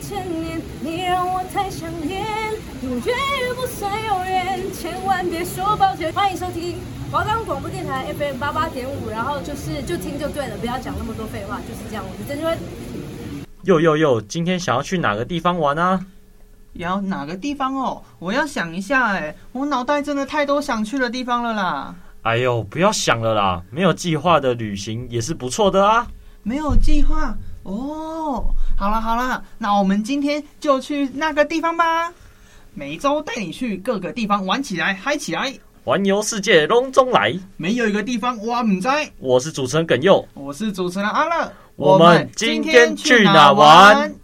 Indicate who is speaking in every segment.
Speaker 1: 千年，你让我太想念，永远不算永远，千万别说抱歉。欢迎收听华冈广播电台 FM 八八点五，然后就是就听就对了，不要讲那么多废话，就是这样。我是郑钧，
Speaker 2: 又又又，今天想要去哪个地方玩啊？
Speaker 3: 要哪个地方哦？我要想一下哎，我脑袋真的太多想去的地方了啦。
Speaker 2: 哎呦，不要想了啦，没有计划的旅行也是不错的啊。
Speaker 3: 没有计划哦。好了好了，那我们今天就去那个地方吧。每周带你去各个地方玩起来，嗨起来！
Speaker 2: 环游世界隆中来，
Speaker 3: 没有一个地方我唔知。
Speaker 2: 我是主持人耿佑。
Speaker 3: 我是主持人阿乐。
Speaker 2: 我们今天去哪玩？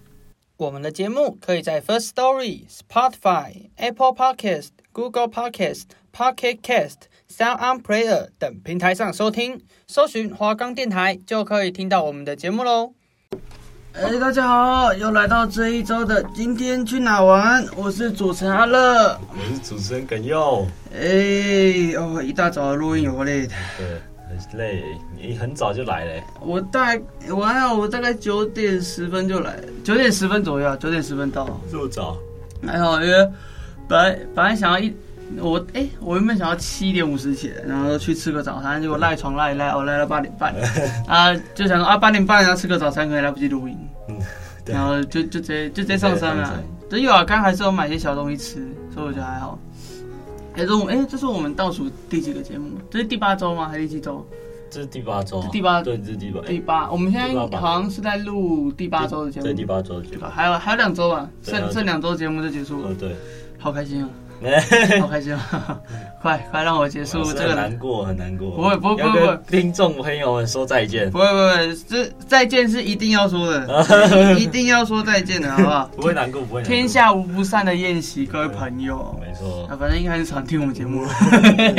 Speaker 3: 我们的节目可以在 First Story、Spotify、Apple Podcast、Google Podcast、Pocket Cast、Sound On Player 等平台上收听，搜寻华冈电台就可以听到我们的节目喽。哎，大家好，又来到这一周的今天去哪玩？我是主持人阿乐。
Speaker 2: 我是主持人耿佑。
Speaker 3: 哎，哦，一大早录音有够累的。
Speaker 2: 对，很累，你很早就来了。
Speaker 3: 我大概我还好，我大概九点十分就来，九点十分左右啊，九点十分到。
Speaker 2: 这么早？
Speaker 3: 还好，因为本来本来想要一我哎、我原本想要七点五十起来，然后去吃个早餐，结果赖床赖一赖，哦赖到八点 半，啊就想说啊八点半要吃个早餐，可能来不及录音，
Speaker 2: 嗯，对
Speaker 3: 然后就就直接就直接上
Speaker 2: 直接
Speaker 3: 山
Speaker 2: 上
Speaker 3: 了
Speaker 2: 山。
Speaker 3: 只有啊，刚还是有买些小东西吃，所以我觉得还好。哎、这是我们哎、这是我们倒数第几个节目？这是第八周吗？还是第几周？
Speaker 2: 这是第八周啊。
Speaker 3: 第八
Speaker 2: 对，这是第八。
Speaker 3: 第八，我们现
Speaker 2: 第八吧
Speaker 3: 在好像是在录第八周的节目。
Speaker 2: 对，第八周的节目。
Speaker 3: 还有还有两周吧，
Speaker 2: 对啊
Speaker 3: 剩剩两周节目就结束了
Speaker 2: 哦，， 对。
Speaker 3: 好开心啊！
Speaker 2: 哎
Speaker 3: 好开心啊！ 快快让我结束
Speaker 2: 哦我是
Speaker 3: 这个
Speaker 2: 很难过，很难过。
Speaker 3: 不会不会
Speaker 2: 要
Speaker 3: 不会
Speaker 2: 跟听众朋友们说再见
Speaker 3: 不。会不会，这再见是一定要说
Speaker 2: 嗯
Speaker 3: 的，一定要说再见的，好不好？
Speaker 2: 不会难过，不会难过。
Speaker 3: 天下无不散的宴席，各位朋友。
Speaker 2: 没错
Speaker 3: 啊，，反正应该很少听我们 节目，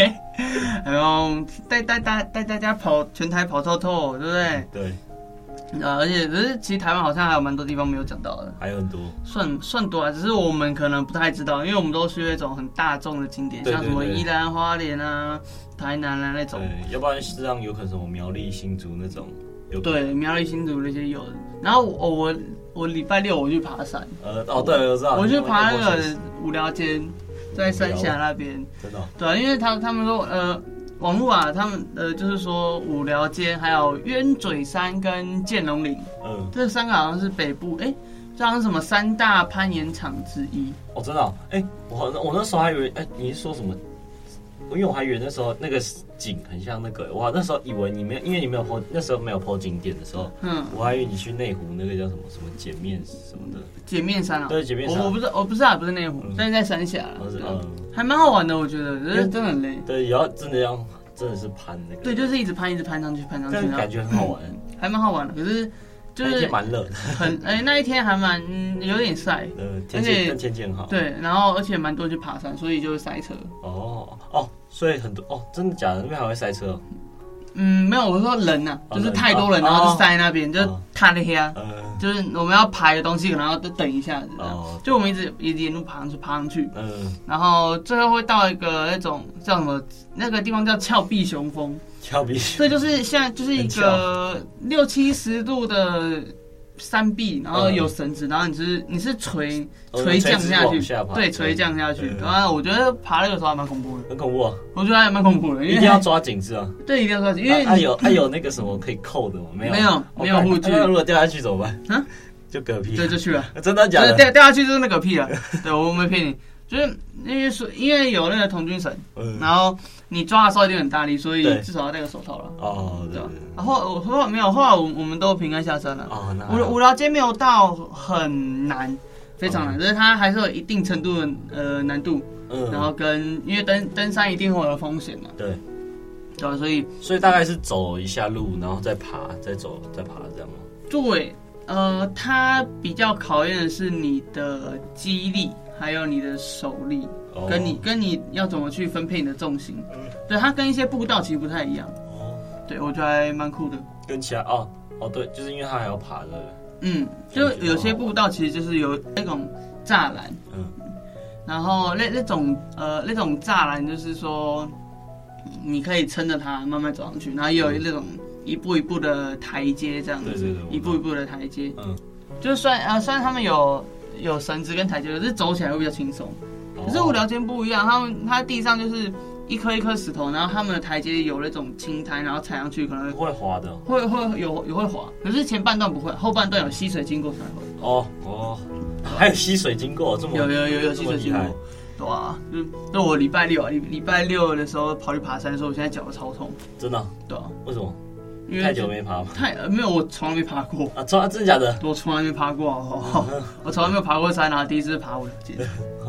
Speaker 3: 然后带带大带大家跑全台跑透透，对不对？
Speaker 2: 对，
Speaker 3: 啊，而且只是其实台湾好像还有蛮多地方没有讲到的，
Speaker 2: 还有很多。
Speaker 3: 算算多啊，只是我们可能不太知道，因为我们都是那种很大众的景点，
Speaker 2: 对
Speaker 3: 像什么
Speaker 2: 对对
Speaker 3: 宜兰花莲啊、台南啊那种。
Speaker 2: 对，要不然是让有可能什么苗栗、新竹那种，有可能
Speaker 3: 对，苗栗新竹那些有的。然后我我我我礼拜六我去爬山，
Speaker 2: 呃，哦，对，我知道，
Speaker 3: 我去爬那
Speaker 2: 你有没有
Speaker 3: 个无聊间，在三峡那边。
Speaker 2: 真的哦，
Speaker 3: 对啊，因为他他们说呃，网络啊，他们呃就是说五寮间还有鸢嘴山跟剑龙岭
Speaker 2: 嗯，
Speaker 3: 这三个好像是北部哎。这好像是什么三大攀岩场之一，
Speaker 2: 哦，真的哦，哎，我好像我那时候还以为，哎，你是说什么？因为我还以为那时候那个景很像那个，哇，那时候以为你没有，因为你没有破，那时候没有破景点的时候，
Speaker 3: 嗯，
Speaker 2: 我还以为你去内湖那个叫什么什么碱面什么的，
Speaker 3: 姐面山啊，
Speaker 2: 对碱面山
Speaker 3: 我我不是我不是啊，不是内湖
Speaker 2: 嗯，
Speaker 3: 但是在三峡啊
Speaker 2: 然后是，
Speaker 3: 对啊
Speaker 2: 嗯，
Speaker 3: 还蛮好玩的，我觉得，只是真的很累，
Speaker 2: 对，也要真的要真的是攀那个，
Speaker 3: 对，就是一直攀，一直攀上去，攀上去，
Speaker 2: 但
Speaker 3: 然后
Speaker 2: 感觉很好玩，
Speaker 3: 还蛮好玩的，可是就
Speaker 2: 那一
Speaker 3: 是
Speaker 2: 天蛮热的，
Speaker 3: 很哎、那一天还蛮嗯有点晒，
Speaker 2: 呃，天
Speaker 3: 而
Speaker 2: 气
Speaker 3: 且
Speaker 2: 但天气很好，
Speaker 3: 对，然后而且蛮多人去爬山，所以就塞车。
Speaker 2: 哦哦，所以很多哦，真的假的？那边还会塞车哦？
Speaker 3: 嗯，没有，我说人呐、
Speaker 2: 哦
Speaker 3: 就是太多人，
Speaker 2: 人
Speaker 3: 然
Speaker 2: 哦
Speaker 3: 后就塞那边，就
Speaker 2: 哦
Speaker 3: 塌了黑啊。
Speaker 2: 嗯
Speaker 3: 就是我们要排的东西，可能要等一下子这样。
Speaker 2: 哦
Speaker 3: 就我们一直一直沿路爬上去，爬上去，
Speaker 2: 嗯，
Speaker 3: 然后最后会到一个那种叫什么，那个地方叫峭壁雄峰，
Speaker 2: 跳 比
Speaker 3: 这就是现在就是一个六七十度的山壁，然后有绳子，然后你是你是垂
Speaker 2: 哦
Speaker 3: 垂降下
Speaker 2: 垂直往
Speaker 3: 去
Speaker 2: 下爬，
Speaker 3: 对，
Speaker 2: 对
Speaker 3: 垂降下去
Speaker 2: 对。对
Speaker 3: 然后我觉得爬那个时候还蛮恐怖的，
Speaker 2: 很恐怖哦，
Speaker 3: 我觉得还蛮恐怖的，因
Speaker 2: 一
Speaker 3: 为
Speaker 2: 定要抓紧是啊。
Speaker 3: 对一定要抓紧，因为
Speaker 2: 啊啊
Speaker 3: 你
Speaker 2: 有啊有那个什么可以扣的吗？没有
Speaker 3: 没有
Speaker 2: 哦
Speaker 3: 没有
Speaker 2: 干
Speaker 3: 护具
Speaker 2: 那如果掉下去怎么办？
Speaker 3: 啊，
Speaker 2: 就嗝屁。
Speaker 3: 对就去了，
Speaker 2: 真的假
Speaker 3: 就是
Speaker 2: 的？
Speaker 3: 掉掉下去就是那个屁了。对，我没骗你，就是因为说因为有那个童军绳，
Speaker 2: 嗯
Speaker 3: 然后你抓的时候一定很大力，所以
Speaker 2: 对
Speaker 3: 至少要戴个手套了。
Speaker 2: 哦对
Speaker 3: 对吧
Speaker 2: 对对。
Speaker 3: 然后我后来没有，后来我我们都平安下山了。
Speaker 2: 哦那还
Speaker 3: 无
Speaker 2: 好
Speaker 3: 无聊街没有到很难，非常难，但是它还是有一定程度的呃难度，
Speaker 2: 哦嗯
Speaker 3: 然后跟因为登登山一定会有风险的、
Speaker 2: 对，
Speaker 3: 对吧、所以
Speaker 2: 所以大概是走一下路，然后再爬，再走，再爬这样吗？
Speaker 3: 对，呃，它比较考验的是你的肌力，还有你的手力，
Speaker 2: 哦
Speaker 3: 跟你跟你要怎么去分配你的重心
Speaker 2: 嗯。
Speaker 3: 对，它跟一些步道其实不太一样，
Speaker 2: 哦
Speaker 3: 对我觉得还蛮酷的。
Speaker 2: 跟其他哦哦对，就是因为他还要爬的，
Speaker 3: 嗯，就
Speaker 2: 哦
Speaker 3: 有些步道其实就是有那种栅栏，
Speaker 2: 嗯
Speaker 3: 然后那那种呃那种栅栏就是说，你可以撑着它慢慢走上去，然后也有那种一步一步的台阶这样
Speaker 2: 对
Speaker 3: 子，
Speaker 2: 嗯对对，我
Speaker 3: 一步一步的台阶。
Speaker 2: 嗯，
Speaker 3: 就是虽然啊、虽然他们有有绳子跟台阶，可是走起来会比较轻松。
Speaker 2: 哦
Speaker 3: 可是无聊间不一样，他们它地上就是一颗一颗石头，然后他们的台阶有那种青苔，然后踩上去可能
Speaker 2: 哦不会滑的
Speaker 3: 会会会有有会滑，可是前半段不会，后半段有溪水经过才会。
Speaker 2: 哦哦，还有溪水经过，这么
Speaker 3: 有有有有
Speaker 2: 这
Speaker 3: 溪
Speaker 2: 么
Speaker 3: 水
Speaker 2: 厉
Speaker 3: 经
Speaker 2: 害
Speaker 3: 过。对啊，嗯，那我礼拜六啊，礼礼拜六的时候跑去爬山的时候，我现在脚超痛。
Speaker 2: 真的啊？
Speaker 3: 对啊，
Speaker 2: 为什么？
Speaker 3: 因为
Speaker 2: 太久没爬吗？
Speaker 3: 太呃没有，我从来没爬过，
Speaker 2: 啊，真啊真的假的？
Speaker 3: 我从来没爬过，哦、
Speaker 2: 嗯
Speaker 3: 我从来没有爬过山啊，第一次爬五条 街，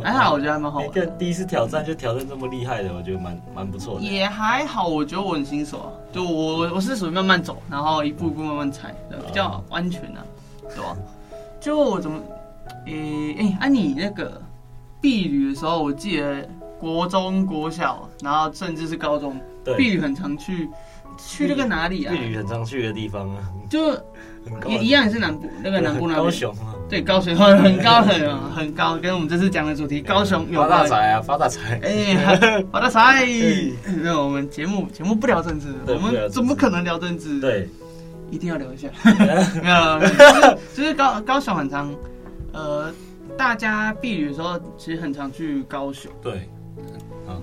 Speaker 3: 还好，我觉得还蛮好
Speaker 2: 一
Speaker 3: 玩
Speaker 2: 个
Speaker 3: 的，
Speaker 2: 第一次挑战就挑战这么厉害的，我觉得蛮蛮不错哎的。
Speaker 3: 也还好，我觉得我很新手啊，就我我是属于慢慢走，然后一步一步慢慢踩，对比较安全啊，对吧、就我怎么，诶、诶，啊你那个避旅的时候，我记得国中、国小，然后甚至是高中，
Speaker 2: 对，
Speaker 3: 避旅很常去，去那个哪里啊
Speaker 2: 避？旅很常去的地方啊，
Speaker 3: 就
Speaker 2: 很高
Speaker 3: 也 一样也是南部那个南部那
Speaker 2: 高
Speaker 3: 边。
Speaker 2: 雄啊，
Speaker 3: 对，高雄很高很很高，跟我们这次讲的主题高雄有
Speaker 2: 发大
Speaker 3: 关。
Speaker 2: 财啊，发大财！
Speaker 3: 哎，发大 财！那我们节目节目不聊政治，
Speaker 2: 对
Speaker 3: 我
Speaker 2: 不聊政
Speaker 3: 们
Speaker 2: 治
Speaker 3: 怎么可能聊政治？，
Speaker 2: 对，
Speaker 3: 一定要聊 一下。没有啦，没有啦就是就是高高雄很常，呃，大家避旅的时候其实很常去高雄。
Speaker 2: 对，嗯，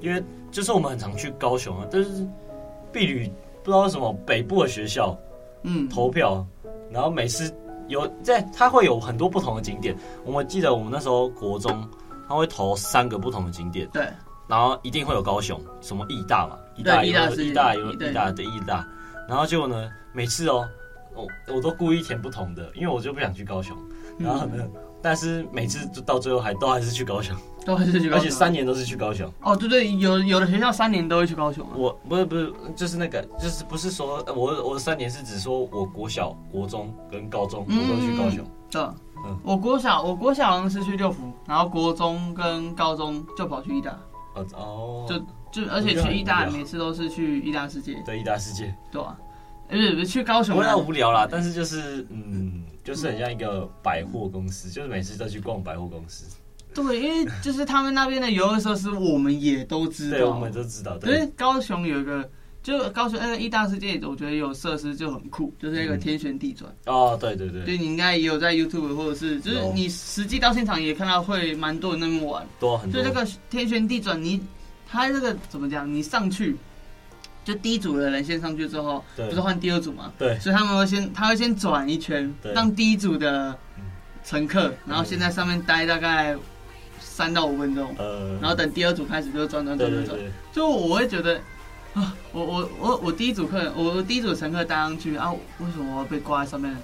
Speaker 2: 因为就是我们很常去高雄啊，但是避旅不知道为什么北部的学校
Speaker 3: 嗯，
Speaker 2: 投票，然后每次有在它会有很多不同的景点。我们记得我们那时候国中，它会投三个不同的景点，
Speaker 3: 对，
Speaker 2: 然后一定会有高雄，什么义大嘛，义大
Speaker 3: 对
Speaker 2: 有
Speaker 3: 义大是
Speaker 2: 义大有
Speaker 3: 对
Speaker 2: 义大对义大，然后结果呢，每次哦，我我都故意填不同的，因为我就不想去高雄，然后呢。但是每次就到最后还都还是去高雄，
Speaker 3: 都还是去高
Speaker 2: 而
Speaker 3: 雄。啊
Speaker 2: 且三年都是去高雄。
Speaker 3: 哦，对对，有有的学校三年都会去高雄啊。
Speaker 2: 我不是不是，就是那个，就是不是说呃我我三年是指说我国小、国中跟高中我
Speaker 3: 嗯
Speaker 2: 都去高雄，
Speaker 3: 对，
Speaker 2: 嗯
Speaker 3: 我国小我国小好像是去六福，然后国中跟高中就跑去义大，
Speaker 2: 哦哦，
Speaker 3: 就就而且
Speaker 2: 我觉得很
Speaker 3: 去义大
Speaker 2: 无聊
Speaker 3: 每次都是去义大世界，
Speaker 2: 对，一大世界，
Speaker 3: 对吧、啊？不是不是去高雄
Speaker 2: 不会
Speaker 3: 啊
Speaker 2: 到，无聊啦，但是就是嗯，就是很像一个百货公司，就是每次都去逛百货公司，
Speaker 3: 对，因为就是他们那边的游乐设施我们也都知
Speaker 2: 对，我
Speaker 3: 道
Speaker 2: 们，都知道，
Speaker 3: 可
Speaker 2: 对
Speaker 3: 是，高雄有一个。就高雄那个义大世界，我觉得有设施就很酷，就是那个
Speaker 2: 嗯
Speaker 3: 天旋地转。
Speaker 2: 哦，对对对，
Speaker 3: 对，你应该也有在 YouTube 或者是，就是
Speaker 2: 有
Speaker 3: 你实际到现场也看到会蛮多人那么玩。
Speaker 2: 多很
Speaker 3: 所
Speaker 2: 多
Speaker 3: 以这，个天旋地转，你它这个怎么讲？你上去，就第一组的人先上去之后，
Speaker 2: 对
Speaker 3: 不是换第二组嘛？
Speaker 2: 对
Speaker 3: 所以他们会先，他会先转一圈，
Speaker 2: 对嗯
Speaker 3: 让第一组的乘客，然后先在上面待大概三到五分钟，
Speaker 2: 呃，
Speaker 3: 然后等第二组开始就转转
Speaker 2: 对
Speaker 3: 转
Speaker 2: 对
Speaker 3: 转转。
Speaker 2: 对，
Speaker 3: 就我会觉得啊，我我我我第一组客人，我我第一组乘客搭上去啊，为什么我要被挂在 上面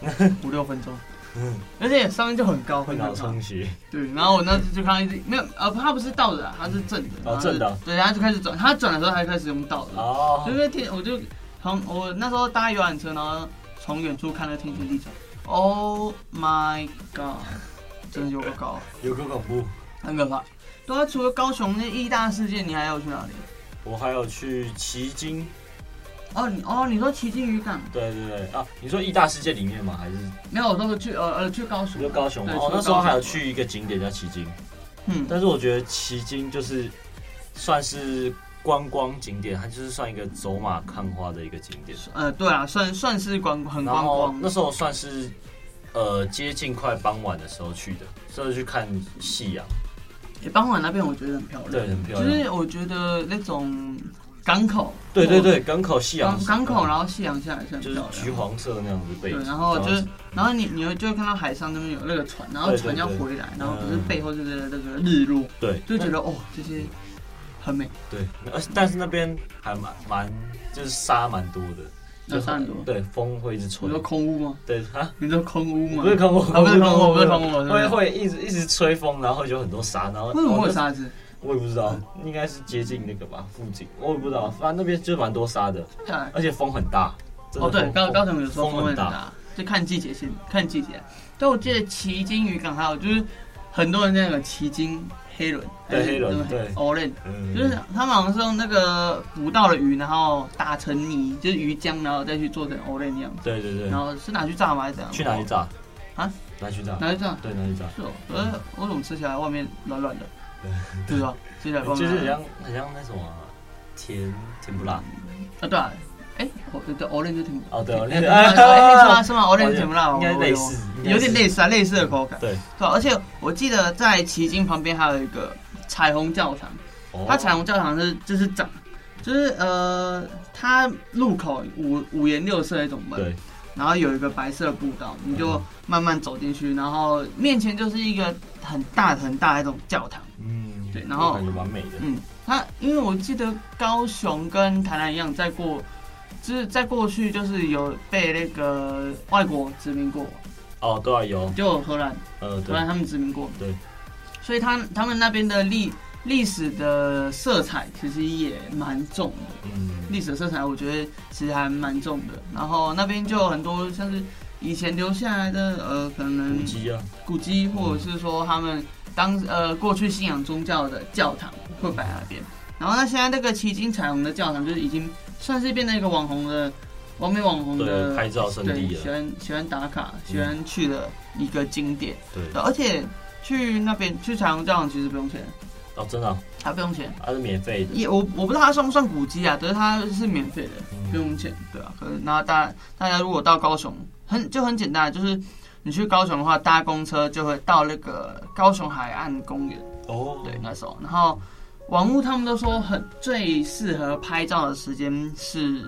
Speaker 3: 五六分钟？而且上面就很高，
Speaker 2: 嗯会
Speaker 3: 很
Speaker 2: 脑
Speaker 3: 高。
Speaker 2: 充血，
Speaker 3: 对，然后我那次就看到一只没有，呃，他不是倒的啊，他是正的。
Speaker 2: 哦
Speaker 3: 然后就
Speaker 2: 正的啊
Speaker 3: 对，然后就开始转，他转的时候还开始用倒的。
Speaker 2: 哦
Speaker 3: 就，是天，我就从我那时候搭游览车，然后从远处看到天旋地转。Oh my god！真的有个高，
Speaker 2: 有个恐怖，
Speaker 3: 很可怕。对啊，除了高雄那义大事件，你还要去哪里？
Speaker 2: 我还有去旗津，
Speaker 3: 哦，你哦，你说奇境渔港？
Speaker 2: 对对对啊，你说一大世界里面吗？还是
Speaker 3: 没有，我说去呃呃去高雄。
Speaker 2: 就高雄吗？
Speaker 3: 对
Speaker 2: 哦，
Speaker 3: 除了
Speaker 2: 那时候还有
Speaker 3: 高雄
Speaker 2: 去一个景点叫旗津。
Speaker 3: 嗯，
Speaker 2: 但是我觉得旗津就是算是观光景点，它就是算一个走马看花的一个景点。
Speaker 3: 呃对啊，算算是观很
Speaker 2: 然
Speaker 3: 观
Speaker 2: 后那
Speaker 3: 光。
Speaker 2: 时候算是呃接近快傍晚的时候去的，所以去看夕阳，
Speaker 3: 诶傍晚那边我觉得很漂亮。
Speaker 2: 对，很漂
Speaker 3: 就
Speaker 2: 亮。
Speaker 3: 是我觉得那种港口，
Speaker 2: 对对，对，港口夕阳
Speaker 3: 港，哦港口，
Speaker 2: 后
Speaker 3: 然后夕阳下来是很
Speaker 2: 就是
Speaker 3: 漂
Speaker 2: 橘
Speaker 3: 亮。
Speaker 2: 黄色那样子背景，
Speaker 3: 对，然后就是，然后你你会就会看到海上那边有那个船，然后船要回来，然后可是背后就是那个日落，
Speaker 2: 对，
Speaker 3: 就觉得哦这些很美，
Speaker 2: 对，而但是那边还蛮蛮就是沙蛮多的，
Speaker 3: 那沙很多
Speaker 2: 对，风会一直
Speaker 3: 你
Speaker 2: 吹
Speaker 3: 说，空屋吗？
Speaker 2: 对啊，
Speaker 3: 你说空屋吗？
Speaker 2: 不是空我，
Speaker 3: 啊不是空我不是空我
Speaker 2: 会
Speaker 3: 对
Speaker 2: 会一直一直吹风，然后有很多沙，然后
Speaker 3: 为什么会有
Speaker 2: 哦
Speaker 3: 沙子？
Speaker 2: 那我也不知道，应该是接近那个吧，附近，我也不知道，反正那边就是蛮多沙的，
Speaker 3: 下来
Speaker 2: 而且风很大。真的
Speaker 3: 啊哦，对，
Speaker 2: 风风
Speaker 3: 高高雄有时候
Speaker 2: 风
Speaker 3: 风
Speaker 2: 很
Speaker 3: 很
Speaker 2: 大，
Speaker 3: 大，就看季节性，看季节。但我记得旗津渔港还有就是很多人那个旗津黑轮，
Speaker 2: 对黑轮对
Speaker 3: o r a n
Speaker 2: 嗯
Speaker 3: 就是他们好像是用那个捕到的鱼，然后打成泥，就是鱼浆，然后再去做成 o r a n 那样。
Speaker 2: 对对对
Speaker 3: 然，后是拿去炸吗？还是怎样？
Speaker 2: 去哪里？炸
Speaker 3: 啊？
Speaker 2: 拿去炸？
Speaker 3: 拿去炸。
Speaker 2: 对，拿去炸，
Speaker 3: 是哦，呃，我怎么吃起来外面软 软的？对吧？吃起来
Speaker 2: 就
Speaker 3: 外面
Speaker 2: 是
Speaker 3: 软
Speaker 2: 很
Speaker 3: 软
Speaker 2: 像很像那什么甜甜不辣
Speaker 3: 的啊，对啊。哎，我对 o r a n 就挺
Speaker 2: 哦，对，
Speaker 3: 哎
Speaker 2: 哦，那
Speaker 3: 哎
Speaker 2: 个
Speaker 3: 是吗？是吗 o r a
Speaker 2: 好
Speaker 3: n
Speaker 2: 像
Speaker 3: 怎么了？
Speaker 2: 应该
Speaker 3: 我
Speaker 2: 类似，应应该是嗯
Speaker 3: 有点类似啊，类似的口感，
Speaker 2: 对，
Speaker 3: 对啊、而且我记得在旗津旁边还有一个彩虹教堂，
Speaker 2: 哦
Speaker 3: 它彩虹教堂是就是长，就是呃，它入口五五颜六色的一种门，
Speaker 2: 对，
Speaker 3: 然后有一个白色的步道，你就慢慢走进去，然后面前就是一个很大很大的一种教堂。
Speaker 2: 嗯，
Speaker 3: 对然后
Speaker 2: 感觉蛮美的，
Speaker 3: 嗯，它因为我记得高雄跟台南一样，在过就是在过去就是有被那个外国殖民过，
Speaker 2: 哦，对啊，有，
Speaker 3: 就荷兰
Speaker 2: 呃，
Speaker 3: 荷
Speaker 2: 对，
Speaker 3: 兰他们殖民过，
Speaker 2: 对，
Speaker 3: 所以他他们那边的历历史的色彩其实也蛮重的。
Speaker 2: 嗯，
Speaker 3: 历史的色彩，我觉得其实还蛮重的。然后那边就有很多像是以前留下来的呃，可能
Speaker 2: 古迹啊，
Speaker 3: 古迹，或者是说他们当呃过去信仰宗教的教堂会摆在那边。然后那现在那个奇经彩虹的教堂，就是已经算是变成一个网红的完美网红的
Speaker 2: 对拍照圣
Speaker 3: 对
Speaker 2: 地
Speaker 3: 喜
Speaker 2: 了，
Speaker 3: 欢喜欢打卡、
Speaker 2: 嗯
Speaker 3: 喜欢去的一个景点。
Speaker 2: 对，
Speaker 3: 对，而且去那边去彩虹教堂其实不用钱，
Speaker 2: 哦，真的啊，
Speaker 3: 还不用钱。
Speaker 2: 它是免费的，
Speaker 3: 也我我不知道它算不算古迹啊，但是它是免费的。
Speaker 2: 嗯
Speaker 3: 不用钱，对啊。可是那大大家如果到高雄，很就很简单，就是你去高雄的话，搭公车就会到那个高雄海岸公园，
Speaker 2: 哦，
Speaker 3: 对，那时候。然后网络他们都说很最适合拍照的时间是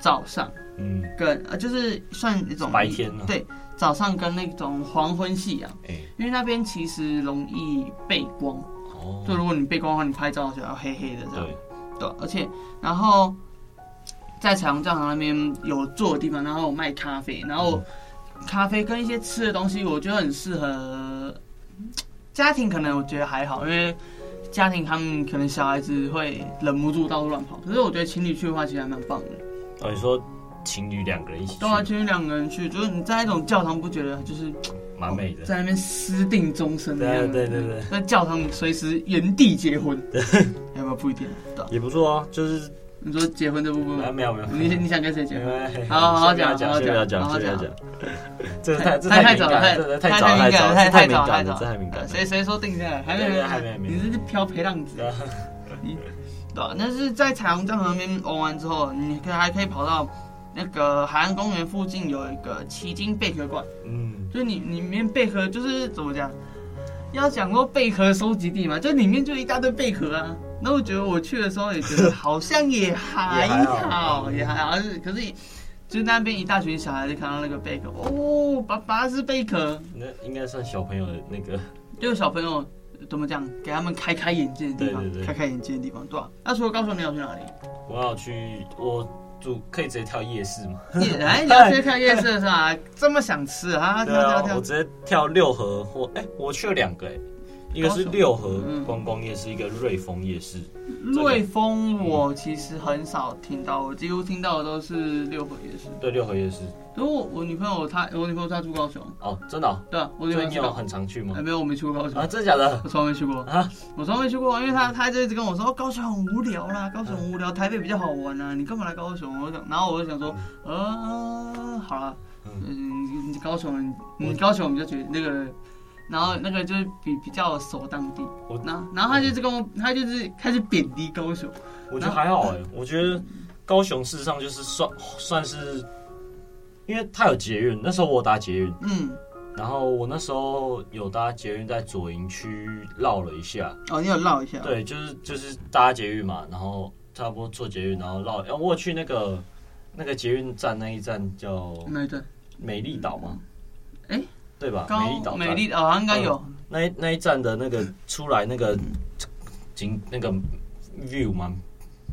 Speaker 3: 早上
Speaker 2: 嗯，
Speaker 3: 跟呃，就是算一种
Speaker 2: 白天啊
Speaker 3: 对，早上跟那种黄昏夕阳，
Speaker 2: 哎，
Speaker 3: 因为那边其实容易背光，
Speaker 2: 哦，
Speaker 3: 就如果你背光的话，你拍照就要黑黑的这样。
Speaker 2: 对，
Speaker 3: 对，而且然后在彩虹教堂那边有坐的地方，然后有卖咖啡，然后
Speaker 2: 嗯
Speaker 3: 咖啡跟一些吃的东西，我觉得很适合家庭，可能我觉得还好，因为家庭他们可能小孩子会忍不住到处乱跑，可是我觉得情侣去的话，其实还蛮棒的。
Speaker 2: 哦，你说情侣两个人一起去
Speaker 3: 对，啊，情侣两个人去，就是你在那种教堂，不觉得就是
Speaker 2: 蛮美的，
Speaker 3: 哦在那边私定终身的
Speaker 2: 对
Speaker 3: 样子
Speaker 2: 对对对
Speaker 3: 在教堂随时原地结婚， 有没有不一定？对啊，
Speaker 2: 也不错啊，就是
Speaker 3: 你说结婚这部分
Speaker 2: 啊，
Speaker 3: 吗，
Speaker 2: 没有没有，
Speaker 3: 你你想跟谁结婚？
Speaker 2: 没
Speaker 3: 好好好
Speaker 2: 先不要
Speaker 3: 讲好好
Speaker 2: 先不要
Speaker 3: 讲好好
Speaker 2: 先不要
Speaker 3: 讲
Speaker 2: 讲， 这太这
Speaker 3: 太
Speaker 2: 太
Speaker 3: 早
Speaker 2: 敏
Speaker 3: 了，
Speaker 2: 感了，
Speaker 3: 了，
Speaker 2: 这
Speaker 3: 太
Speaker 2: 太早
Speaker 3: 敏
Speaker 2: 太早
Speaker 3: 感
Speaker 2: 了，
Speaker 3: 太
Speaker 2: 这太敏
Speaker 3: 早
Speaker 2: 感
Speaker 3: 早
Speaker 2: 了，这太敏感了，
Speaker 3: 谁谁说定下来？还没
Speaker 2: 对对
Speaker 3: 还
Speaker 2: 还没还没
Speaker 3: 你这是漂陪浪子
Speaker 2: 对。啊
Speaker 3: 对啊，但是在彩虹教堂那边玩完之后，你可以还可以跑到那个海岸公园附近有一个奇经贝壳馆，
Speaker 2: 嗯，
Speaker 3: 就是你里面贝壳就是怎么讲？要讲说贝壳收集地嘛，就里面就一大堆贝壳啊。那我觉得我去的时候也觉得好像也还好，
Speaker 2: 嗯
Speaker 3: 也还好，就是可是就是那边一大群小孩就看到那个贝壳，哦，爸爸是贝壳，
Speaker 2: 那应该算小朋友的那个，
Speaker 3: 就是小朋友怎么讲，给他们开开眼界的地方，
Speaker 2: 对对对
Speaker 3: 开开眼界的地方，对吧、那除了高雄，你有去哪里？
Speaker 2: 我要去我住可以直接跳夜市吗？
Speaker 3: 夜哎，你要去看夜市是吧？这么想吃啊？
Speaker 2: 对
Speaker 3: 跳跳
Speaker 2: 啊，
Speaker 3: 跳
Speaker 2: 我！直接跳六合或哎，我去了两个哎，一个是
Speaker 3: 高雄
Speaker 2: 六合
Speaker 3: 嗯
Speaker 2: 观光夜市，一个瑞丰夜市，
Speaker 3: 瑞丰我其实很少听到，我几乎听到的都是六合夜市。
Speaker 2: 对，六合夜市
Speaker 3: 如果我女朋友她，我女朋友她住高雄，
Speaker 2: 哦，真的哦，
Speaker 3: 对啊，我女
Speaker 2: 所
Speaker 3: 朋
Speaker 2: 以你有
Speaker 3: 友住高雄。
Speaker 2: 很常去吗
Speaker 3: 哎，？没有，我没去过高雄
Speaker 2: 啊，，真的假的？
Speaker 3: 我从来没去过，
Speaker 2: 啊，
Speaker 3: 我从来没去过，因为她她就一直跟我说哦高雄很无聊啦，
Speaker 2: 嗯
Speaker 3: 高雄很无聊，台北比较好玩啊，你干嘛来高雄？我想，然后我就想说，呃，好了，
Speaker 2: 嗯
Speaker 3: 嗯，你高雄人，你高雄我们就觉得那个，然后那个就是比比较熟当地
Speaker 2: 我，
Speaker 3: 然后然后他就是跟我，他就是开始贬低高雄，
Speaker 2: 我觉得还好哎、我觉得高雄事实上就是算算是，因为它有捷运，那时候我有搭捷运，
Speaker 3: 嗯，
Speaker 2: 然后我那时候有搭捷运在左营区绕了一下，
Speaker 3: 哦，你有绕一下，，
Speaker 2: 对，就是就是搭捷运嘛，然后差不多坐捷运，然后绕，然哦后我有去那个那个捷运站那一站叫
Speaker 3: 那一段
Speaker 2: 美丽岛嘛，
Speaker 3: 哎
Speaker 2: 对吧？
Speaker 3: 高
Speaker 2: 美丽岛站嗯
Speaker 3: 美丽哦，好像应该有，
Speaker 2: 那一那一站的那个出来那个景那个 view 蛮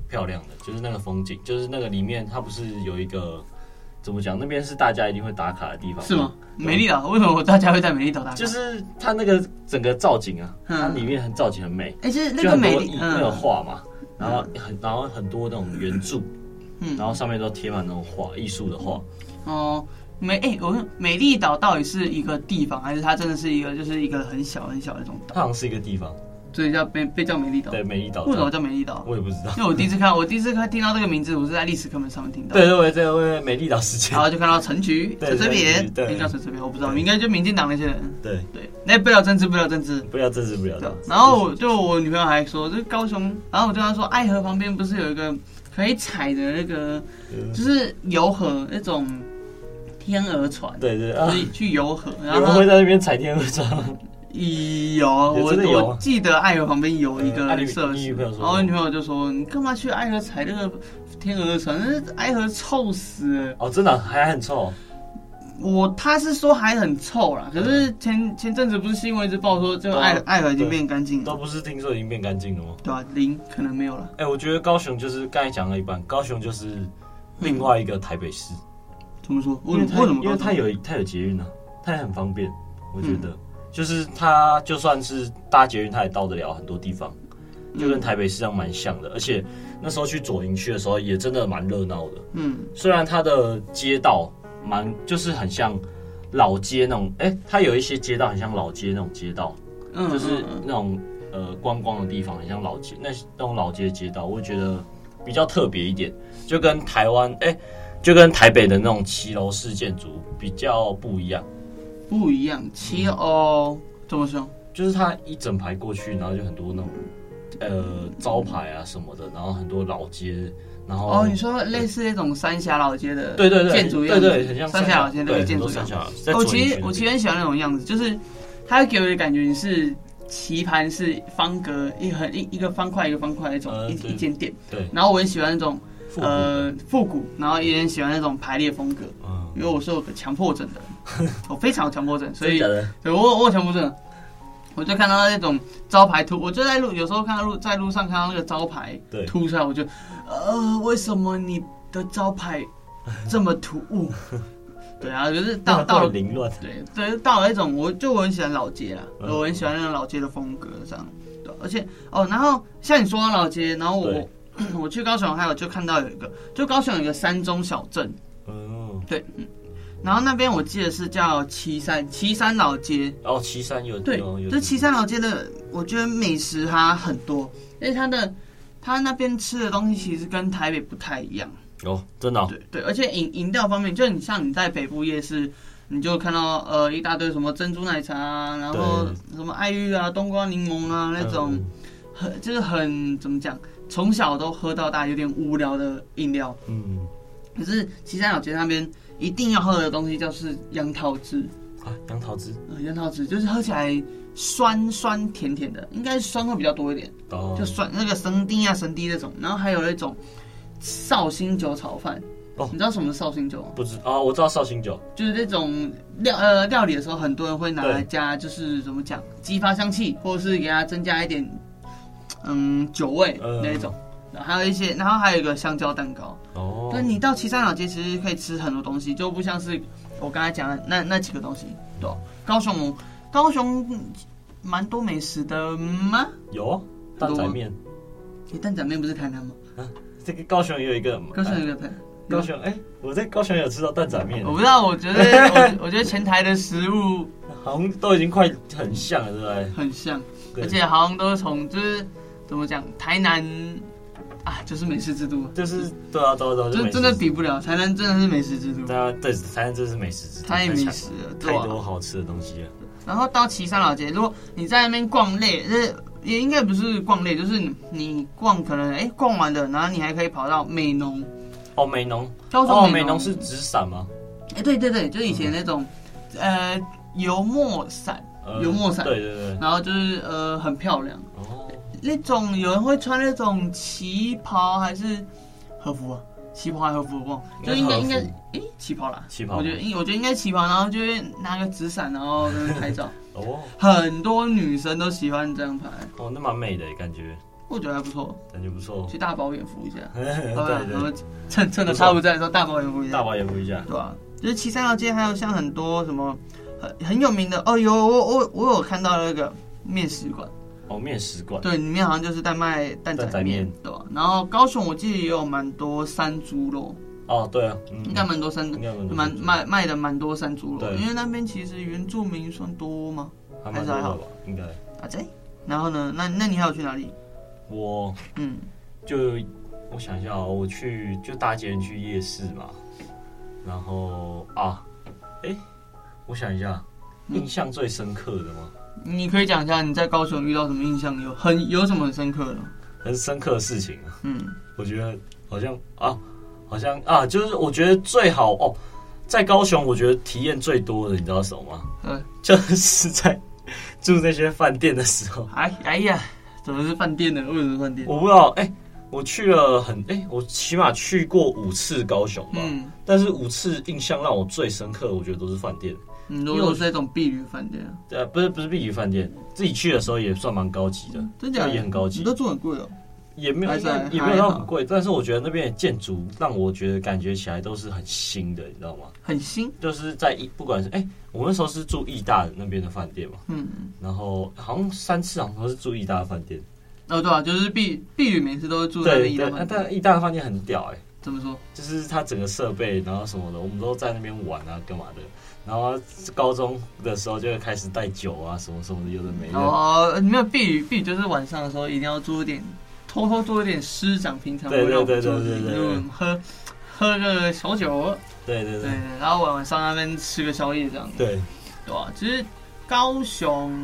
Speaker 2: 漂亮的，就是那个风景，就是那个里面它不是有一个怎么讲？那边是大家一定会打卡的地方，
Speaker 3: 是吗？？美丽岛为什么我大嗯家会在美丽岛打卡？
Speaker 2: 就是它那个整个造景啊，
Speaker 3: 嗯
Speaker 2: 它里面很造景很美，
Speaker 3: 哎，就是那
Speaker 2: 就
Speaker 3: 个
Speaker 2: 很
Speaker 3: 美
Speaker 2: 多
Speaker 3: 丽，
Speaker 2: 那个画嘛，然后很然后很多那种圆柱，
Speaker 3: 嗯
Speaker 2: 然后上面都贴满那种画，艺术的画。
Speaker 3: 哦。美哎、我问美丽岛到底是一个地方，还是它真的是一个就是一个很小很小的那种岛，
Speaker 2: 它好像是一个地方，
Speaker 3: 所以叫被被叫美丽岛？
Speaker 2: 对，美丽岛
Speaker 3: 为什么
Speaker 2: 上，
Speaker 3: 叫美丽岛？
Speaker 2: 我也不知道。
Speaker 3: 因为我第一次看，我第一次看听到这个名字，我是在历史课本上面听到。
Speaker 2: 对对对对对，美丽岛事件
Speaker 3: 然，后就看到陈菊、
Speaker 2: 对
Speaker 3: 陈水扁，
Speaker 2: 对对
Speaker 3: 应该陈水扁，我不知道，
Speaker 2: 对
Speaker 3: 应该就民进党那些人。
Speaker 2: 对，
Speaker 3: 对，那不了政治，不了政治。
Speaker 2: 不要政治，不要
Speaker 3: 对
Speaker 2: 政
Speaker 3: 啊
Speaker 2: 治。
Speaker 3: 然后我就我女朋友还说，就是高雄，然后我就跟她说，爱河旁边不是有一个可以踩的那个，
Speaker 2: 嗯
Speaker 3: 就是游河那种天鹅船，
Speaker 2: 对对啊
Speaker 3: 所，以去游河，然
Speaker 2: 有
Speaker 3: 后
Speaker 2: 人
Speaker 3: 它
Speaker 2: 会在那边踩天鹅船吗，
Speaker 3: 有
Speaker 2: 有
Speaker 3: 我
Speaker 2: 真的有
Speaker 3: 我记得爱河旁边有一
Speaker 2: 嗯啊你
Speaker 3: 个设
Speaker 2: 你
Speaker 3: 施，
Speaker 2: 女朋友说
Speaker 3: 然后我女朋友就说：“你干嘛去爱河踩那个天鹅船？那爱河臭死了。”
Speaker 2: 哦，真的啊还还很臭，
Speaker 3: 我他是说还很臭啦，可是前前阵子不是新闻一直报说这个爱
Speaker 2: 对啊
Speaker 3: 爱河已经变干净
Speaker 2: 都
Speaker 3: 了，
Speaker 2: 不是听说已经变干净了吗？
Speaker 3: 对吧、零可能没有了，
Speaker 2: 哎、我觉得高雄就是刚才讲了一半，高雄就是另外一个台北市，
Speaker 3: 怎么说？我
Speaker 2: 因为
Speaker 3: 怎
Speaker 2: 它
Speaker 3: 么为什么
Speaker 2: 因为
Speaker 3: 高
Speaker 2: 它
Speaker 3: 雄
Speaker 2: 有它有捷运啊，它也很方便，我觉得、就是它就算是搭捷运，它也到得了很多地方，就
Speaker 3: 嗯
Speaker 2: 跟台北市这样蛮像的。而且那时候去左营区的时候，也真的蛮热闹的。
Speaker 3: 嗯
Speaker 2: 虽然它的街道蛮就是很像老街那种，哎、它有一些街道很像老街那种街道，
Speaker 3: 嗯
Speaker 2: 就是
Speaker 3: 嗯
Speaker 2: 那种呃观光的地方，很像老街那那种老街街道，我觉得比较特别一点，就跟台湾哎、就跟台北的那种骑楼式建筑比较不一样，
Speaker 3: 嗯不一样，七哦怎么说？
Speaker 2: 就是它一整排过去，然后就很多那种呃招牌啊什么的，然后很多老街，然后
Speaker 3: 哦，你说类似那种三峡老街的
Speaker 2: 对对对
Speaker 3: 建筑样
Speaker 2: 对
Speaker 3: 子，
Speaker 2: 对很像
Speaker 3: 三峡老街那
Speaker 2: 对
Speaker 3: 个
Speaker 2: 很
Speaker 3: 建
Speaker 2: 多
Speaker 3: 筑
Speaker 2: 三
Speaker 3: 样子。
Speaker 2: 峡，在
Speaker 3: 我
Speaker 2: 左营区
Speaker 3: 其实
Speaker 2: 那
Speaker 3: 我其实
Speaker 2: 边
Speaker 3: 很喜欢那种样子，就是它会给我的感觉你是棋盘是方格一横一一个方块一个方块那种、
Speaker 2: 呃
Speaker 3: 一
Speaker 2: 对
Speaker 3: 一间店，
Speaker 2: 对
Speaker 3: 然后我很喜欢那种。
Speaker 2: 复古
Speaker 3: 呃
Speaker 2: 的，
Speaker 3: 复古，然后也很喜欢那种排列风格，
Speaker 2: 嗯，
Speaker 3: 因为我是有个强迫症的 人，我非常有强迫症，所
Speaker 2: 真
Speaker 3: 以
Speaker 2: 的假的
Speaker 3: 对我我有强迫症，我就看到那种招牌突，我就在路有时候看到路在路上看到那个招牌
Speaker 2: 对
Speaker 3: 突出来，我就呃，为什么你的招牌这么突 兀？对啊，就是到到
Speaker 2: 会
Speaker 3: 了。
Speaker 2: 凌乱，
Speaker 3: 对对，到了那种我就我很喜欢老街啦，
Speaker 2: 嗯
Speaker 3: 我很喜欢那种老街的风格这样。对，而且哦，然后像你说到老街，然后我 我去高雄还有就看到有一个，就高雄有一个山中小镇，
Speaker 2: 嗯，
Speaker 3: 然后那边我记得是叫七山七山老街，
Speaker 2: 哦，岐山有
Speaker 3: 对
Speaker 2: 有，有
Speaker 3: 这七山老街的，我觉得美食它很多，因为它的它那边吃的东西其实跟台北不太一样。
Speaker 2: 有真的哦
Speaker 3: 对对，而且饮饮料方面，就你像你在北部夜市，你就看到呃一大堆什么珍珠奶茶啊，然后什么爱玉啊、冬瓜柠檬啊那种，
Speaker 2: 嗯
Speaker 3: 很就是很怎么讲，从小都喝到大有点无聊的饮料。
Speaker 2: 嗯
Speaker 3: 可是岐山老街那边一定要喝的东西就是杨桃汁，
Speaker 2: 啊，杨桃汁
Speaker 3: 呃杨桃汁就是喝起来酸酸甜甜的，应该酸会比较多一点。
Speaker 2: 哦，
Speaker 3: 就酸那个生丁啊、生丁那种，然后还有那种绍兴酒炒饭。
Speaker 2: 哦
Speaker 3: 你知道什么是绍兴酒吗？
Speaker 2: 不知啊，我知道绍兴酒，
Speaker 3: 就是那种料呃料理的时候，很多人会拿
Speaker 2: 对
Speaker 3: 来加，就是怎么讲，激发香气，或者是给它增加一点嗯酒味
Speaker 2: 嗯
Speaker 3: 那一种。然后还有一些，然后还有一个香蕉蛋糕。
Speaker 2: 哦，
Speaker 3: 那、你到七三老街其实可以吃很多东西，就不像是我刚才讲的那那几个东西。对哦，高雄高雄嗯蛮多美食的吗？
Speaker 2: 有哦蛋仔面，
Speaker 3: 你蛋仔面不是台南吗？
Speaker 2: 这个高雄也有一个，
Speaker 3: 高雄有
Speaker 2: 哎
Speaker 3: 一个台
Speaker 2: 高雄，哎，我在高雄有吃到蛋仔面
Speaker 3: 我，不知道，我觉得我我觉得前台的食物
Speaker 2: 好像都已经快很像了，对
Speaker 3: 很像，
Speaker 2: 不对？
Speaker 3: 而
Speaker 2: 对，
Speaker 3: 且好像都是从就是怎么讲，台南啊，就是美食之都，
Speaker 2: 就是对啊，对啊，对啊，就
Speaker 3: 真
Speaker 2: 美食
Speaker 3: 真的比不了，台南真的是美食之都，
Speaker 2: 大家对台湾真是美食之都，
Speaker 3: 太美
Speaker 2: 强
Speaker 3: 食
Speaker 2: 了
Speaker 3: 了，
Speaker 2: 太
Speaker 3: 对
Speaker 2: 多
Speaker 3: 啊。
Speaker 2: 好吃的东西了。
Speaker 3: 然后到旗山老街，如果你在那边逛累，就是也应该不是逛累，就是你你逛可能哎逛完了，然后你还可以跑到美浓，
Speaker 2: 哦，美浓，
Speaker 3: 高
Speaker 2: 哦，
Speaker 3: 中
Speaker 2: 美浓
Speaker 3: 浓
Speaker 2: 是嗯纸伞吗？
Speaker 3: 哎对对对，就是以前那种呃油墨伞，
Speaker 2: 呃
Speaker 3: 油墨伞
Speaker 2: 对对对，
Speaker 3: 然后就是呃很漂亮。
Speaker 2: 哦，
Speaker 3: 那种有人会穿那种旗袍还是和服啊？旗袍还是和服我忘了，就应该
Speaker 2: 应
Speaker 3: 应
Speaker 2: 该
Speaker 3: 该
Speaker 2: 是和服
Speaker 3: 诶旗袍啦，
Speaker 2: 旗袍
Speaker 3: 我觉得应我觉得应该旗袍，然后就会拿个纸伞，然后在那边 拍照，
Speaker 2: 哦，
Speaker 3: 很多女生都喜欢这样拍，
Speaker 2: 哦，那蛮美的感觉，
Speaker 3: 我觉得还不错，
Speaker 2: 感觉不错。
Speaker 3: 去大饱眼福一 下，
Speaker 2: 对
Speaker 3: 好吧？然后
Speaker 2: 对，
Speaker 3: 趁趁着差不在的时候大饱眼福一
Speaker 2: 大
Speaker 3: 下，
Speaker 2: 宝也不一样。
Speaker 3: 对吧、就是七三条街还有像很多什么很很有名的哦，有我我我有看到那个面食馆。
Speaker 2: 哦，面食馆，
Speaker 3: 对，里面好像就是在卖蛋仔
Speaker 2: 蛋仔
Speaker 3: 面
Speaker 2: 面，
Speaker 3: 对吧？然后高雄我记得也有蛮多山猪肉，
Speaker 2: 哦，对啊，嗯
Speaker 3: 应该蛮多山，
Speaker 2: 应该蛮多
Speaker 3: 蛮
Speaker 2: 山猪
Speaker 3: 卖卖的蛮多山猪肉，
Speaker 2: 对
Speaker 3: 因为那边其实原住民算多吗？
Speaker 2: 还蛮多的吧，应该。
Speaker 3: 啊对。然后呢，那那你还有去哪里？
Speaker 2: 我
Speaker 3: 嗯，
Speaker 2: 就我想一下哦，我去就搭捷运去夜市嘛，然后啊，哎、我想一下，
Speaker 3: 嗯
Speaker 2: 印象最深刻的吗？
Speaker 3: 你可以讲一下你在高雄遇到什么印象有很有什么很深刻的？
Speaker 2: 很深刻的事情啊，
Speaker 3: 嗯，
Speaker 2: 我觉得好像啊，好像啊，就是我觉得最好哦，在高雄，我觉得体验最多的，你知道什么吗？
Speaker 3: 嗯，
Speaker 2: 就是在住那些饭店的时候，
Speaker 3: 哎哎呀，怎么是饭店呢？为什么是饭店？
Speaker 2: 我不知道，哎、我去了很，哎、我起码去过五次高雄吧，
Speaker 3: 嗯
Speaker 2: 但是五次印象让我最深刻，我觉得都是饭店。
Speaker 3: 嗯，
Speaker 2: 为
Speaker 3: 如
Speaker 2: 我
Speaker 3: 果是那种避旅饭店，啊
Speaker 2: 呃，不是不是避雨饭店，自己去的时候也算蛮高级的，
Speaker 3: 真假的
Speaker 2: 就也很高
Speaker 3: 你
Speaker 2: 级
Speaker 3: 都，住很贵哦。
Speaker 2: 也没有
Speaker 3: 还是还
Speaker 2: 也没有到
Speaker 3: 还好
Speaker 2: 很贵，但是我觉得那边的建筑让我觉得感觉起来都是很新的，你知道吗？
Speaker 3: 很新，
Speaker 2: 就是在一不管是哎、我那时候是住义大的那边的饭店嘛，
Speaker 3: 嗯，
Speaker 2: 然后好像三次好像都是住义大的饭店，
Speaker 3: 哦对啊，就是避避旅每次都会住在那
Speaker 2: 对
Speaker 3: 一
Speaker 2: 对，
Speaker 3: 大
Speaker 2: 啊
Speaker 3: 饭店，
Speaker 2: 但义大的饭店很屌哎、
Speaker 3: 怎么说？
Speaker 2: 就是它整个设备然后什么的，我们都在那边玩啊干嘛的，然后高中的时候就会开始带酒啊什么什么的，有的没的，
Speaker 3: 哦，没有避雨，避雨就是晚上的时候一定要做点，偷偷做一点师长平常不
Speaker 2: 对对
Speaker 3: 会让我
Speaker 2: 对
Speaker 3: 们做的事
Speaker 2: 对
Speaker 3: 情，
Speaker 2: 对
Speaker 3: 就是
Speaker 2: 对
Speaker 3: 我们喝喝个小酒，
Speaker 2: 对对
Speaker 3: 对，
Speaker 2: 对
Speaker 3: 然后晚晚上那边吃个宵夜这样子，
Speaker 2: 对，
Speaker 3: 对啊，其实高雄，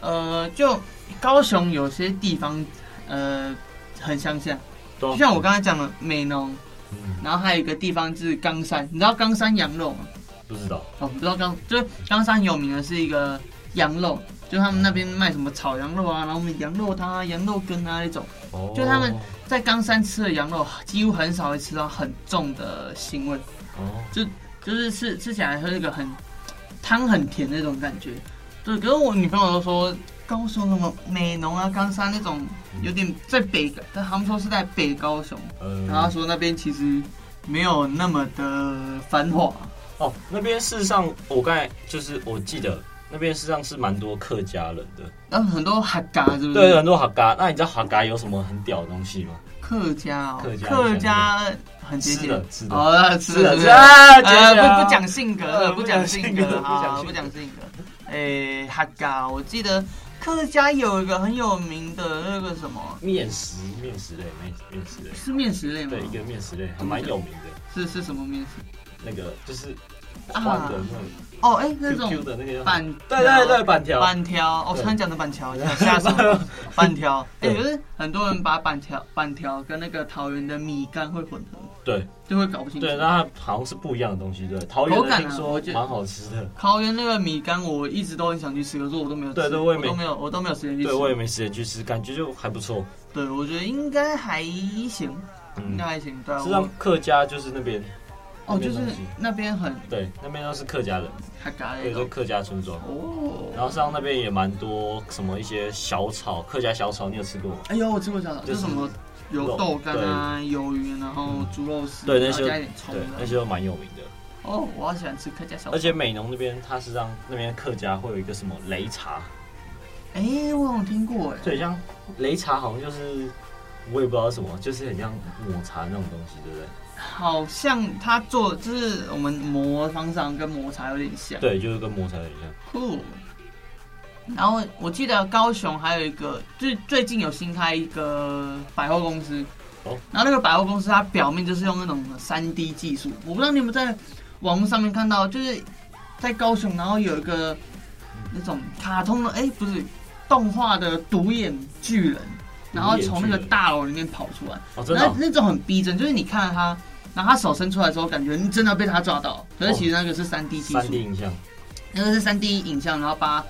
Speaker 3: 呃，就高雄有些地方，呃，很乡下，
Speaker 2: 对啊
Speaker 3: 就像我刚才讲的美浓，
Speaker 2: 嗯
Speaker 3: 然后还有一个地方就是冈山，你知道冈山羊肉吗？
Speaker 2: 不知道。
Speaker 3: 哦，不知道冈，就是冈山有名的是一个羊肉，就他们那边卖什么炒羊肉啊，然后我们羊肉汤啊、羊肉羹啊那种，
Speaker 2: 哦
Speaker 3: 就他们在冈山吃的羊肉几乎很少会吃到很重的腥味，
Speaker 2: 哦，
Speaker 3: 就是吃吃起来会有一个很汤很甜那种感觉。对，可是我女朋友都说高雄什么美浓啊、冈山那种有点在北，但他们说是在北高雄，
Speaker 2: 呃，
Speaker 3: 然后她说那边其实没有那么的繁华。
Speaker 2: 哦，那边事实上，我刚才就是我记得那边事实上是蛮多客家人的，
Speaker 3: 然后很多哈嘎是不是？
Speaker 2: 对，很多哈嘎。那你知道哈嘎有什么很屌的东西吗？
Speaker 3: 客家哦
Speaker 2: 客，家
Speaker 3: 客家很节
Speaker 2: 吃
Speaker 3: 俭
Speaker 2: 的，吃的，
Speaker 3: 哦，
Speaker 2: 吃
Speaker 3: 吃
Speaker 2: 的，
Speaker 3: 的
Speaker 2: 吃的
Speaker 3: 吃的，
Speaker 2: 啊，节
Speaker 3: 呃
Speaker 2: 俭啊
Speaker 3: 不不讲性格，
Speaker 2: 呃
Speaker 3: 呃不讲
Speaker 2: 不
Speaker 3: 性
Speaker 2: 讲性格
Speaker 3: 格，好，
Speaker 2: 不
Speaker 3: 不
Speaker 2: 讲
Speaker 3: 讲性格。诶，哈嘎，我记得客家有一个很有名的那个什么，
Speaker 2: 面食，面食类，面面食类，
Speaker 3: 是面食类吗
Speaker 2: 对，？一个面食类还蛮有名的，
Speaker 3: 是是什么面食？
Speaker 2: 那个就是换的那
Speaker 3: 哦，哎，那
Speaker 2: 种 QQ
Speaker 3: 种
Speaker 2: 的那个叫
Speaker 3: 板，
Speaker 2: 对对对，，板条，
Speaker 3: 板条，哦我
Speaker 2: 对
Speaker 3: 刚才讲的板 条，吓死我了，板条。哎，
Speaker 2: 对
Speaker 3: 可是很多人把板条、板条跟那个桃园的米干会混合，
Speaker 2: 对
Speaker 3: 就会搞不清楚。
Speaker 2: 对，那它好像是不一样的东西，对。桃园
Speaker 3: 口
Speaker 2: 的
Speaker 3: 感啊
Speaker 2: 听
Speaker 3: 我
Speaker 2: 说
Speaker 3: 觉得
Speaker 2: 蛮好吃的，
Speaker 3: 桃园那个米干，我一直都很想去吃，可是我都没有吃，
Speaker 2: 对对我
Speaker 3: 我
Speaker 2: 也没
Speaker 3: 都没有，我都没有时间去吃。
Speaker 2: 对我也没时间去吃，感觉就还不错。
Speaker 3: 对我觉得应该还行，应
Speaker 2: 嗯
Speaker 3: 该，还行。对啊，
Speaker 2: 实际上
Speaker 3: 我
Speaker 2: 客家就是那边。
Speaker 3: 哦，就是哎
Speaker 2: 那边东西
Speaker 3: 那边很
Speaker 2: 对，那边都是客家人，
Speaker 3: 还嘎
Speaker 2: 所
Speaker 3: 的
Speaker 2: 以说
Speaker 3: 种
Speaker 2: 客家村庄。然
Speaker 3: 哦。
Speaker 2: 后上那边也蛮多什么一些小炒，客家小炒，你有吃过吗？
Speaker 3: 哎呦，我吃过小炒，
Speaker 2: 就
Speaker 3: 就是什么有豆干啊、鱿鱼，然后猪肉丝，
Speaker 2: 对，那
Speaker 3: 然后
Speaker 2: 些
Speaker 3: 加一点葱
Speaker 2: 对那
Speaker 3: 的。
Speaker 2: 些都蛮有名的。
Speaker 3: 哦，我好喜欢吃客家小炒。
Speaker 2: 而且美浓那边，它是让那边客家会有一个什么擂茶，
Speaker 3: 哎，我好像听过哎。
Speaker 2: 对，像擂茶好像就是我也不知道什么，就是很像抹茶那种东西，对不对？
Speaker 3: 好像他做就是我们磨的方向跟磨茶有点像。
Speaker 2: 对，就是跟抹茶有点像。
Speaker 3: 酷。然后我记得高雄还有一个，就是最近有新开一个百货公司。
Speaker 2: 哦
Speaker 3: 然后那个百货公司，它表面就是用那种三 D 技术，我不知道你有没有在网络上面看到，就是在高雄，然后有一个那种卡通的，哎，不是动画的独眼巨人，然后从那个大楼里面跑出来，
Speaker 2: 哦，真的
Speaker 3: 那
Speaker 2: 哦、
Speaker 3: 那种很逼真，就是你看到他，然后他手伸出来的时候，感觉你真的要被他抓到，可是其实那个是三 D 技术。
Speaker 2: 三 D 影像，
Speaker 3: 那个是三 D 影像，然后把它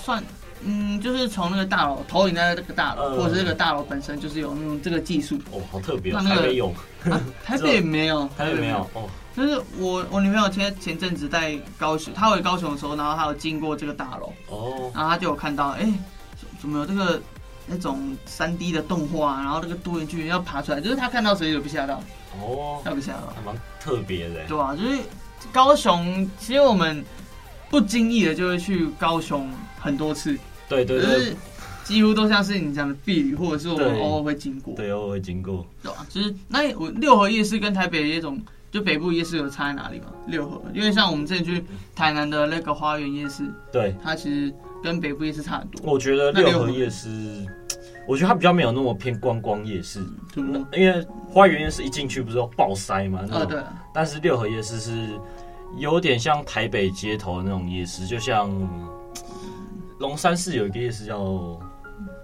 Speaker 3: 算，嗯，就是从那个大楼投影在那个大楼，
Speaker 2: 嗯
Speaker 3: 或者是这个大楼本身就是有那种这个技术。
Speaker 2: 哦，好特别、哦，
Speaker 3: 那那
Speaker 2: 台
Speaker 3: 个
Speaker 2: 北有，
Speaker 3: 台北没有，
Speaker 2: 台北没有。哦，
Speaker 3: 就是我我女朋友前前阵子在高雄，她回高雄的时候，然后她有经过这个大楼，
Speaker 2: 哦，
Speaker 3: 然后她就有看到，哎、怎么有这个那种三 D 的动画，然后那个多元巨人要爬出来，就是她看到谁有被吓到，
Speaker 2: 哦，
Speaker 3: 她被吓到，
Speaker 2: 还蛮特别的。
Speaker 3: 对吧、啊就是高雄，其实我们不经意的就会去高雄很多次。
Speaker 2: 对对
Speaker 3: 就
Speaker 2: 对
Speaker 3: 是几乎都像是你讲的避旅，或者是我
Speaker 2: 嗯对
Speaker 3: 们偶尔会经过，对
Speaker 2: 对，偶尔会经过。
Speaker 3: 吧？就是那我六合夜市跟台北的夜总，就北部夜市有差在哪里吗？六合，因为像我们之前去台南的那个花园夜市，
Speaker 2: 对，
Speaker 3: 它其实跟北部夜市差很多。
Speaker 2: 我觉得
Speaker 3: 那
Speaker 2: 六
Speaker 3: 六
Speaker 2: 合
Speaker 3: 合
Speaker 2: 夜市，我觉得它比较没有那么偏观光夜市，
Speaker 3: 怎么？
Speaker 2: 因为花园夜市一进去不是要爆塞嘛，那
Speaker 3: 哦，
Speaker 2: 种
Speaker 3: 对，
Speaker 2: 但是六合夜市是有点像台北街头的那种夜市，就像龙山寺有一个夜市叫，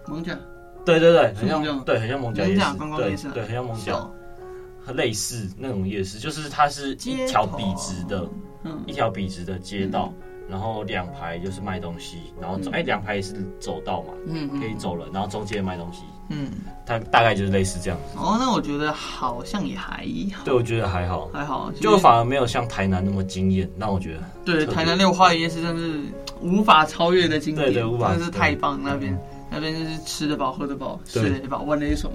Speaker 3: 蒙甲，
Speaker 2: 对对对，很
Speaker 3: 是蒙
Speaker 2: 像，
Speaker 3: 甲
Speaker 2: 对，很像蒙甲夜
Speaker 3: 蒙甲观光夜
Speaker 2: 市，
Speaker 3: 市
Speaker 2: 对对，
Speaker 3: 啊
Speaker 2: 很像蒙
Speaker 3: 是
Speaker 2: 甲
Speaker 3: 哦，
Speaker 2: 类似那种夜市，就是它是一条笔直的，
Speaker 3: 嗯
Speaker 2: 一条笔直的街道，然后两排就是卖东西，然后走哎两、排也是走道嘛，
Speaker 3: 嗯
Speaker 2: 可以走了，然后中间卖东西，
Speaker 3: 嗯，
Speaker 2: 它大概就是类似这样子。
Speaker 3: 哦，那我觉得好像也还好，
Speaker 2: 对，我觉得还好，
Speaker 3: 还好，
Speaker 2: 就反而没有像台南那么惊艳，让我觉得
Speaker 3: 对
Speaker 2: 特别
Speaker 3: 台南六花夜市真是无法超越的经典，
Speaker 2: 对对无法嗯
Speaker 3: 真的是太棒了那边。那边就是吃得饱、喝得饱、
Speaker 2: 对
Speaker 3: 睡得饱、玩得也爽。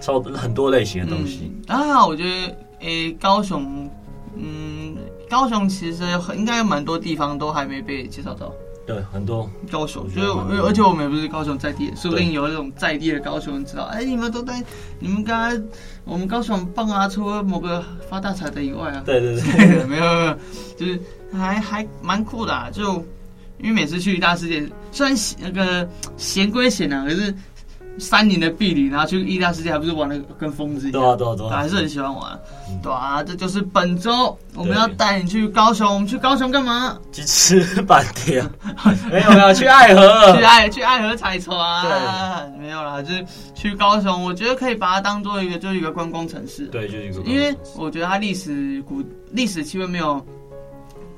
Speaker 2: 超很多类型的东西。
Speaker 3: 嗯、啊，我觉得诶、高雄，嗯，高雄其实很应该有蛮多地方都还没被介绍到。
Speaker 2: 对，很多
Speaker 3: 高雄，
Speaker 2: 我
Speaker 3: 就
Speaker 2: 觉得蛮多
Speaker 3: 是
Speaker 2: 的
Speaker 3: 而且我们也不是高雄在地的，说不定
Speaker 2: 对
Speaker 3: 有那种在地的高雄人知道，哎、你们都在，你们刚刚我们高雄很棒啊，除了某个发大财的以外啊，
Speaker 2: 对对对，
Speaker 3: 对， 没有没有，就是还还蛮酷的、啊，就因为每次去大世界，虽然闲那个闲归闲啊，可是三年的避旅，然后去意大世界，还不是玩的跟疯子一样
Speaker 2: 对。啊对啊对
Speaker 3: 我
Speaker 2: 啊
Speaker 3: 还，是很喜欢玩
Speaker 2: 嗯，
Speaker 3: 对啊，这就是本周我们
Speaker 2: 对
Speaker 3: 要带你去高雄，我们去高雄干嘛？
Speaker 2: 去吃板条， 没有没有去爱河，
Speaker 3: 啊去爱去爱河踩船，
Speaker 2: 对
Speaker 3: 没有啦，就是去高雄，我觉得可以把它当做一个就是一个观光城市，
Speaker 2: 对，就是一个
Speaker 3: 因为我觉得它历史古历史气味没有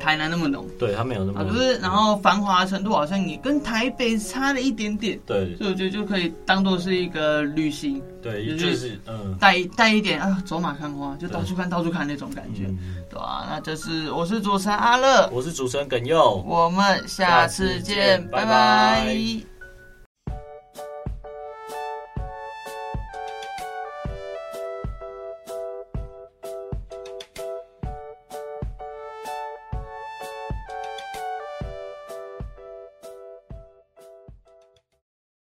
Speaker 3: 台南那么浓
Speaker 2: 对他没有那
Speaker 3: 啊，
Speaker 2: 么
Speaker 3: 可是然后繁华程度好像也跟台北差了一点点，
Speaker 2: 对
Speaker 3: 所以我觉得就可以当做是一个旅行，
Speaker 2: 对，
Speaker 3: 就是
Speaker 2: 就是嗯
Speaker 3: 带带一点啊走马看花，就到处看到处看那种感觉，
Speaker 2: 嗯，
Speaker 3: 对啊，那就是我是主持人阿乐，
Speaker 2: 我是主持人耿佑，
Speaker 3: 我们下次
Speaker 2: 下次
Speaker 3: 见，
Speaker 2: 见拜
Speaker 3: 拜拜
Speaker 2: 拜